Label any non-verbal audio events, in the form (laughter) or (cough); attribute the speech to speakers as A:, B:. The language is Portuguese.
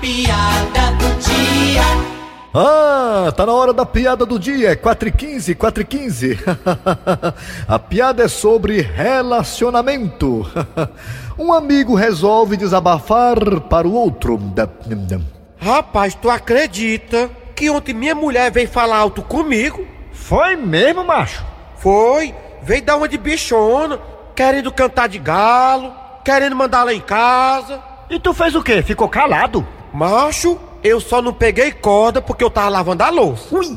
A: piada do dia.
B: Ah, tá na hora da piada do dia, é 4 e 15, 4 e 15. (laughs) A piada é sobre relacionamento. (laughs) Um amigo resolve desabafar para o outro.
C: Rapaz, tu acredita que ontem minha mulher veio falar alto comigo?
D: Foi mesmo, macho?
C: Foi, veio dar uma de bichona, querendo cantar de galo, querendo mandar lá em casa.
D: E tu fez o quê? Ficou calado?
C: Macho, eu só não peguei corda porque eu tava lavando a louça.
D: Ui!